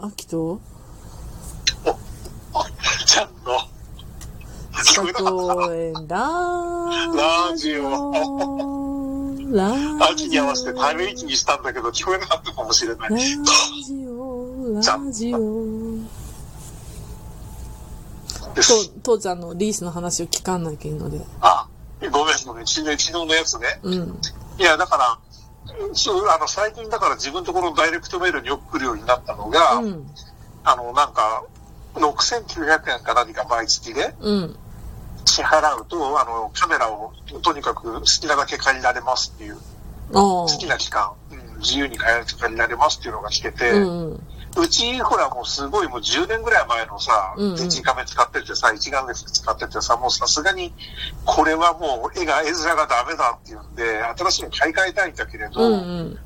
アキとあちゃんの、地聞こえ下なかっ公園ララジジオたラジオ秋に合わせてタイムリーチにしたんだけど、聞こえなかったかもしれない。ラジオラジオです。と父ちゃんのリースの話を聞かなきゃいいのであ、ごめんごめん、昨日昨日のやつね。うんいや、だから、そう、あの、最近だから自分のところのダイレクトメールによく来るようになったのが、うんあの、なんか、6900円か何か毎月でうん支払うと、あの、カメラをとにかく好きなだけ借りられますっていう、あ好きな期間、うん自由に借りられますっていうのが来てあて、うんうんうち、ほら、もうすごい、もう10年ぐらい前のさ、うんうん1カメ使っててさ、1カメ使っててさ、もうさすがに、これはもう絵が、絵面がダメだっていうんで、新しいの買い替えたいんだけれど、うんうん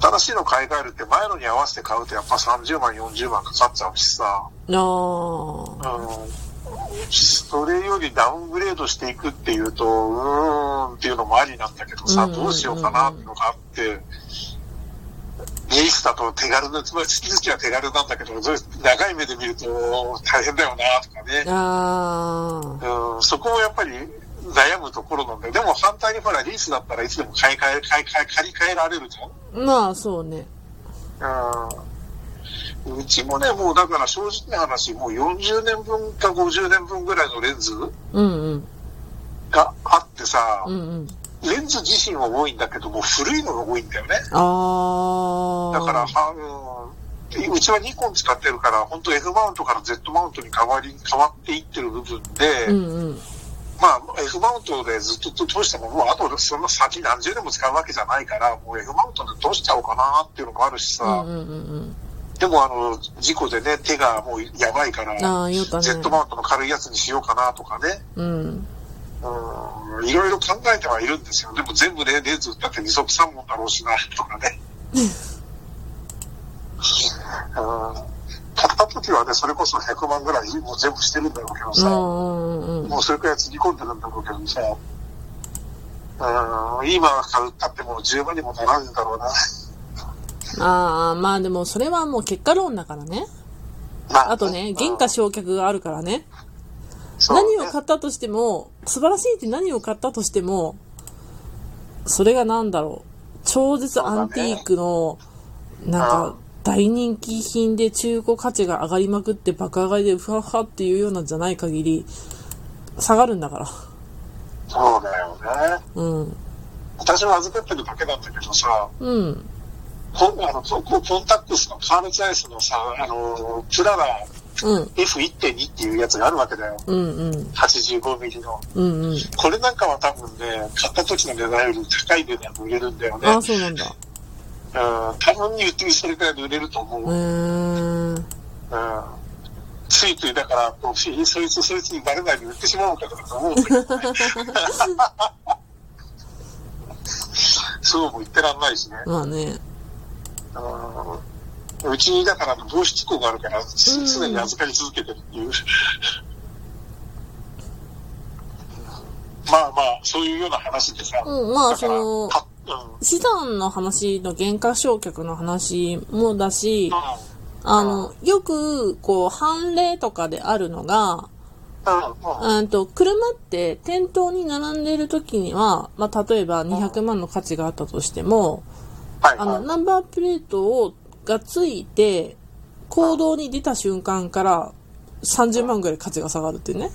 新しいの買い替えるって前のに合わせて買うとやっぱ30万、40万かかっちゃうしさ、あああの、それよりダウングレードしていくっていうと、うーんっていうのもありなんだけどさ、うんうんうんうんどうしようかなっていうのがあって、リースだと手軽な、つまり月々は手軽なんだけど、どう長い目で見ると大変だよなとかね。あうん、そこをやっぱり悩むところなんだよ。でも反対にほら、リースだったらいつでも買い替え、買い替え、借り替えられるじゃんあまあそうねうんうちもね、もうだから正直な話、もう40年分か50年分ぐらいのレンズうんうんがあってさう、んうんレンズ自身は多いんだけど、もう古いのが多いんだよね。ああだから、はうんうちはニコン使ってるから、本当 F マウントから Z マウントに変わり、変わっていってる部分で、うんうんまあ、F マウントでずっと通しても、もうあとそんな先何十年も使うわけじゃないから、もう F マウントで通しちゃおうかなっていうのもあるしさ、うんうんうんでもあの、事故でね、手がもうやばいから、うんああ言うたねジェットマウントの軽いやつにしようかなとかね、うんうん、いろいろ考えてはいるんですよ。でも全部ね、レンズだって二足三本だろうしな、とかね。うん、買った時はね、それこそ100万ぐらいもう全部してるんだろうけどうさ、んうんうんもうそれくらいつぎ込んでるんだろうけどさ、うん、今買うったってもう10万にもならんだろうな。ああまあでもそれはもう結果論だからねまあとね原価償却があるからねそう何ねを買ったとしても素晴らしいって何を買ったとしてもそれが何だろう超絶アンティークのなんか大人気品で中古価値が上がりまくって爆上がりでふわふわっていうようなんじゃない限り下がるんだからそうだよね。うん私は預かってるだけなんだけどさ、うんコンあのコココンタックスのカーネツアイスのさ、あの、プララうん F1.2 っていうやつがあるわけだよ。うんうん85ミリの。うんうんこれなんかは多分ね、買った時の値段より高い値段で売れるんだよね。あうあん、そうなんだ多分言ってそれくらいで売れると思うう。うん。ーんついついだから、こうそいつそいつにバレないように売ってしまおうかとか思うんだけどね。そうも言ってらんないしね。まあねあのうちにだから防止機構があるから、つうん常に預かり続けてるっていう。まあまあ、そういうような話でさ。うんまあだからそのたうん資産の話の原価償却の話もだし、あの、よく、こう、判例とかであるのが、うんうんうんと、車って店頭に並んでいる時には、まあ、例えば200万の価値があったとしても、はいあの、はいナンバープレートを、がついて、行動に出た瞬間から30万ぐらい価値が下がるっていうね。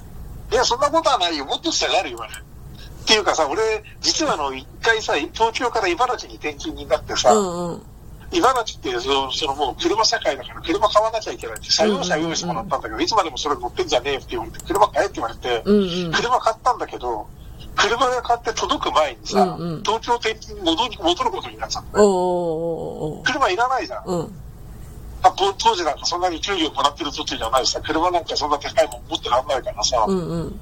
いや、そんなことはないよ。もっと下がるよ、あれっていうかさ、俺、実はあの、一回さ、東京から茨城に転勤になってさ、うんうん。茨城ってその、そのもう車社会だから車買わなきゃいけないって、車用車用意してもらったんだけど、いつまでもそれ乗ってんじゃねえよって言われて、車買えって言われて、うんうん。車買ったんだけど、車が買って届く前にさ、うんうん東京転勤に戻り戻ることになっちゃっおーおた。ーおーおー車いらないじゃん。うん。あ当当時なんかそんなに給料もらってる時じゃないしさ、車なんかそんな高いもん持ってらんないからさ、うんうん。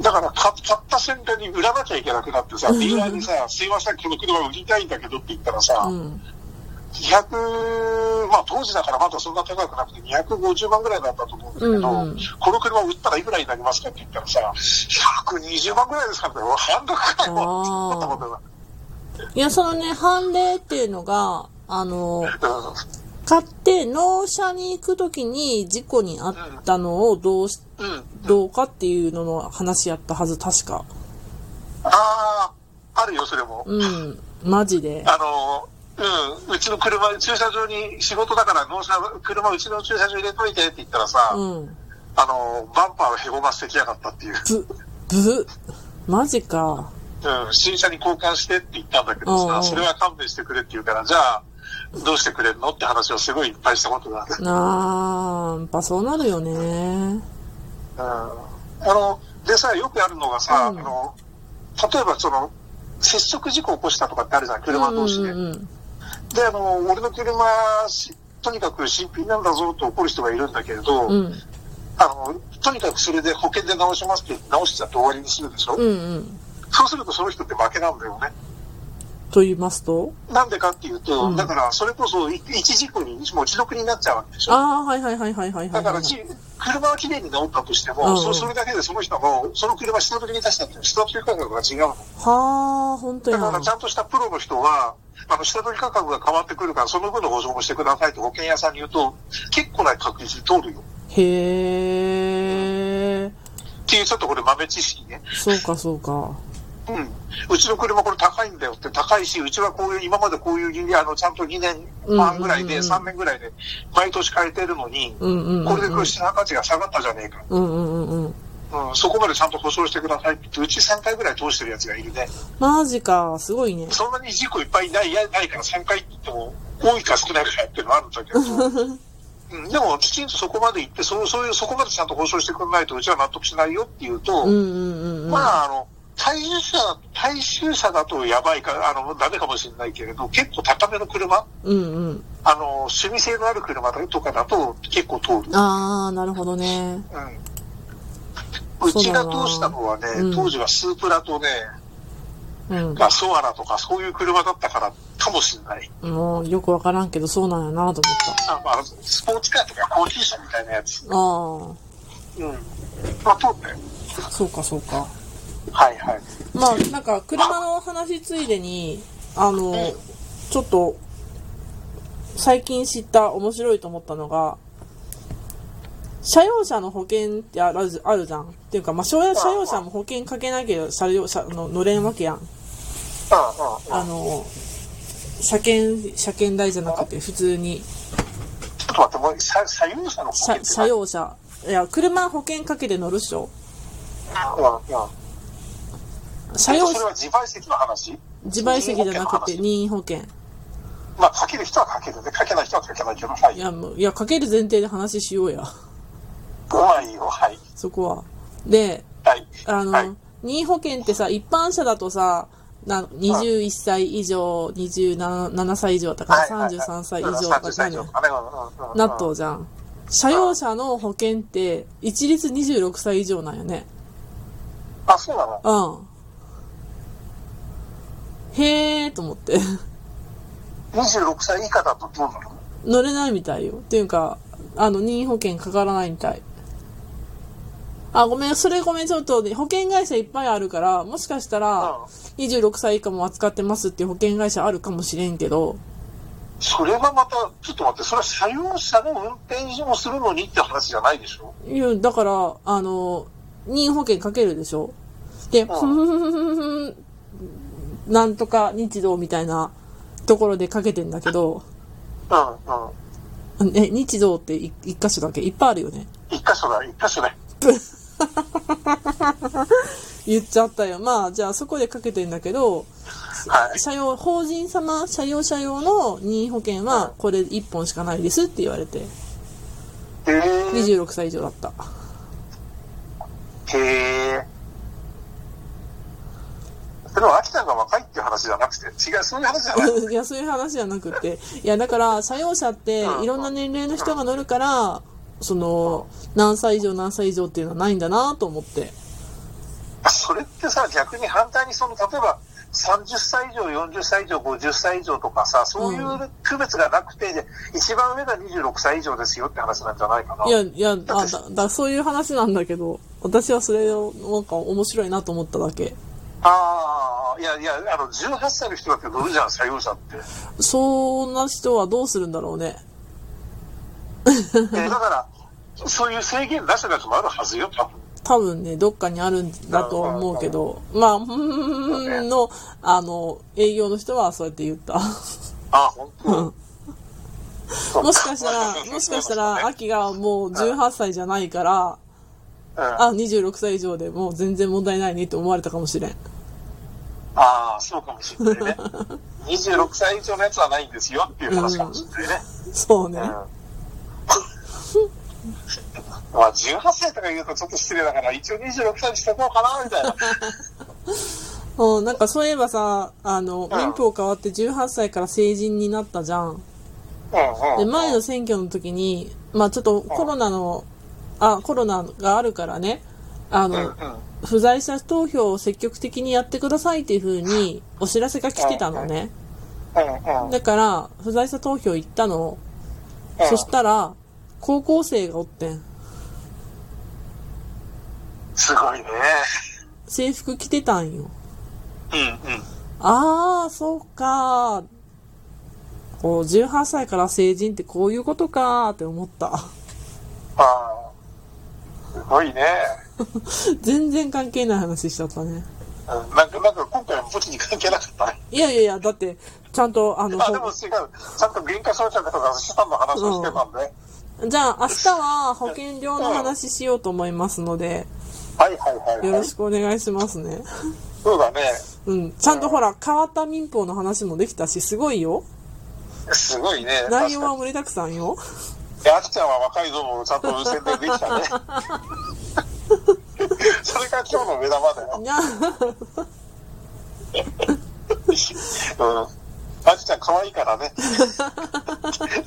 だから買買った瞬間に売らなきゃいけなくなってさ、ディーラーにさ、すいません、この車売りたいんだけどって言ったらさ、うん。 200、まあ当時だからまだそんな高くなくて250万ぐらいだったと思うんだけど、うんうんこの車売ったらいくらになりますかって言ったらさ、120万ぐらいですからね、半額かよって思ったことが。いや、そのね、判例っていうのが、あの、うんか買って納車に行くときに事故に遭ったのをどうし、うん。どうかっていうのの話やったはず、確か。ああ、あるよ、それも。うん、マジで。あの、うん、うちの車、駐車場に仕事だから納車、車うちの駐車場入れといてって言ったらさ、うん。あの、バンパーをへこませてきやがったっていう。ぶ、ぶ、マジか。うん、新車に交換してって言ったんだけどうんうさ、んそれは勘弁してくれって言うから、じゃあ、どうしてくれるのって話をすごいいっぱいしたことがある。なあ、やっぱそうなるよね。うんあの、でさ、よくあるのがさ、うんあの、例えばその、接触事故起こしたとかってあるじゃん、車同士で。うんうんうん。で、あの、俺の車、しとにかく新品なんだぞと怒る人がいるんだけれど、うん、あの、とにかくそれで保険で直しますって直しちゃって終わりにするでしょ、うん、うん。そうするとその人って負けなんだよね。と言いますとなんでかっていうと、うんだからそれこそい一事故に持ち得になっちゃうわけでしょああ、はいはいはいはいはいはだい。からじ、車はきれいに直ったとしてうも、んそそれだけでその人の、その車下取りに出したっていうのは下取り価格が違うの。はあ、本当だや。からちゃんとしたプロの人は、あの、下取り価格が変わってくるから、その分の保証もしてくださいと保険屋さんに言うと、結構な確率で通るよ。へえ、っていう、ちょっとこれ豆知識ね。そうかそうか。うん。うちの車これ高いんだよって、高いし、うちはこういう、今までこういう理由で、あの、ちゃんと2年半ぐらいうんうんうんうで、ん3年ぐらいで、毎年変えてるのに、うんうんうん、うん。これでこう品価値が下がったじゃねえか。うんうんうんうん。うん、そこまでちゃんと保証してくださいって、うち3回ぐらい通してるやつがいるね。マジか、すごいね。そんなに事故いっぱいない、やないから3回って言っても、多いか少ないかっていうのはあるんだけど。うん、でも、きちんとそこまで行って、そう、そういう、そこまでちゃんと保証してくれないと、うちは納得しないよっていうと、うんうんうんうん。まあ、あの、大衆車、大衆車だとやばいか、あの、ダメかもしれないけれど、結構高めの車、うんうん。あの、趣味性のある車とかだと結構通る。ああ、なるほどね。 うん。うちが通したのはね、うん当時はスープラとね、うん。まあ、ソアラとかそういう車だったからかもしれない。もう、よくわからんけど、そうなんやなと思っあまあ、スポーツカーとかコーヒー車みたいなやつ。た。あうん。まあ、通ったよ。あ、そうかそうか。はいはい。まあ、なんか、車の話ついでに、あの、ちょっと、最近知った面白いと思ったのが、車用車の保険ってあるあるじゃん。っていうか、まあ、所有車用車も保険かけなきゃ車両車の乗れんわけやん。うんうんうあん。の、車検、車検代じゃなくて、普通に、ちょっと待って、もう、さ左右車の保険車、車用車。いや、車保険かけて乗るっしょ。うんうん。車用それ車、は自賠責の話自賠責じゃなくて、任意保険。まあ、かける人はかけるで、かけない人はかけないけど、はいい。や、もう、いや、かける前提で話しようや。うまいよ、はい。そこは。で、はい。あの、はい任意保険ってさ、一般者だとさ、な21歳以上、27歳以上だから、はい33歳以はい上だはいか33歳以上ら、かねうんうんうんなっとうじゃん。車用車の保険って、一律26歳以上なんよね。あ、そうなのうん。へーと思って。 ?26 歳以下だとどうなの乗れないみたいよ。っていうか、あの、任意保険かからないみたい。あ、ごめん、それごめん、ちょっと、ね、保険会社いっぱいあるから、もしかしたらうん、 26歳以下も扱ってますっていう保険会社あるかもしれんけど、それはまた、ちょっと待って、それは車用車の運転をするのにって話じゃないでしょいや、だから、あの、任意保険かけるでしょで、ふんふんふんふんふん、なんとか日動みたいなところでかけてんだけど、うんうん。え、日動ってい一箇所だけいっぱいあるよね。一箇所だ、一箇所だ。言っちゃったよ。まあ、じゃあそこでかけてんだけど、はい。社用、法人様、社用車用の任意保険はこれ1本しかないですって言われて、へえ。 26歳以上だった。 へえ。それは秋田が若いっていう話じゃなくて、違う、そういう話じゃない。いや、そういう話じゃなくて。いや、だから、社用車っていろんな年齢の人が乗るから、その、何歳以上何歳以上っていうのはないんだなと思って。それってさ、逆に反対にその、例えば、30歳以上、40歳以上、50歳以上とかさ、そういう区別がなくて、一番上が26歳以上ですよって話なんじゃないかな。いや、いや、あだだそういう話なんだけど、私はそれをなんか面白いなと思っただけ。ああ、いやいや、あの、18歳の人だって乗るじゃん、車用車って。 そんな人はどうするんだろうね。えだから、そういう制限なしなしもあるはずよ、多分。多分ね、どっかにあるんだとは思うけど、まあ、うーんの、あの、営業の人はそうやって言 った。あ、本当。そうもしかした ら、もしかしたら、、秋がもう18歳じゃないから、ああ、26歳以上でもう全然問題ないねって思われたかもしれん。あー、そうかもしれない ね。26歳以上のやつはないんですよっていう話かもしれないね。そうねうん。まあ、18歳とか言うとちょっと失礼だから、一応26歳にしとこうかな、みたいな。うん、なんかそういえばさ、あの、うん民法変わって18歳から成人になったじゃん。うんうで、ん。前の選挙の時に、まあちょっとコロナの、あ、コロナがあるからね、あうんうのん、。不在者投票を積極的にやってくださいっていう風にお知らせが来てたのね。うんうん。だから、不在者投票行ったの。うんそしたら、高校生がおってん。すごいね。制服着てたんよ。うんうん。ああ、そうか。こう、18歳から成人ってこういうことかーって思った。 ああ。すごいね。全然関係ない話しちゃったね。うんなんか、なんか今回は武器に関係なかったね。いやいやいや、だって、ちゃんと、あの、あ、でも違う。ちゃんと原価償却とか資産の話をしてたんで。じゃあ明日は保険料の話しようと思いますので、はいはいはい、よはろい。しくお願いしますね。そうだね。うん。ちゃんとほら、変わった民法の話もできたし、すごいよ。すごいね。内容は確盛りだくさんよ。かに。あきちゃんは若いぞもちゃんと宣伝で きたね。それが今日の目玉だよ。いや、うん。あきちゃん可愛いからね。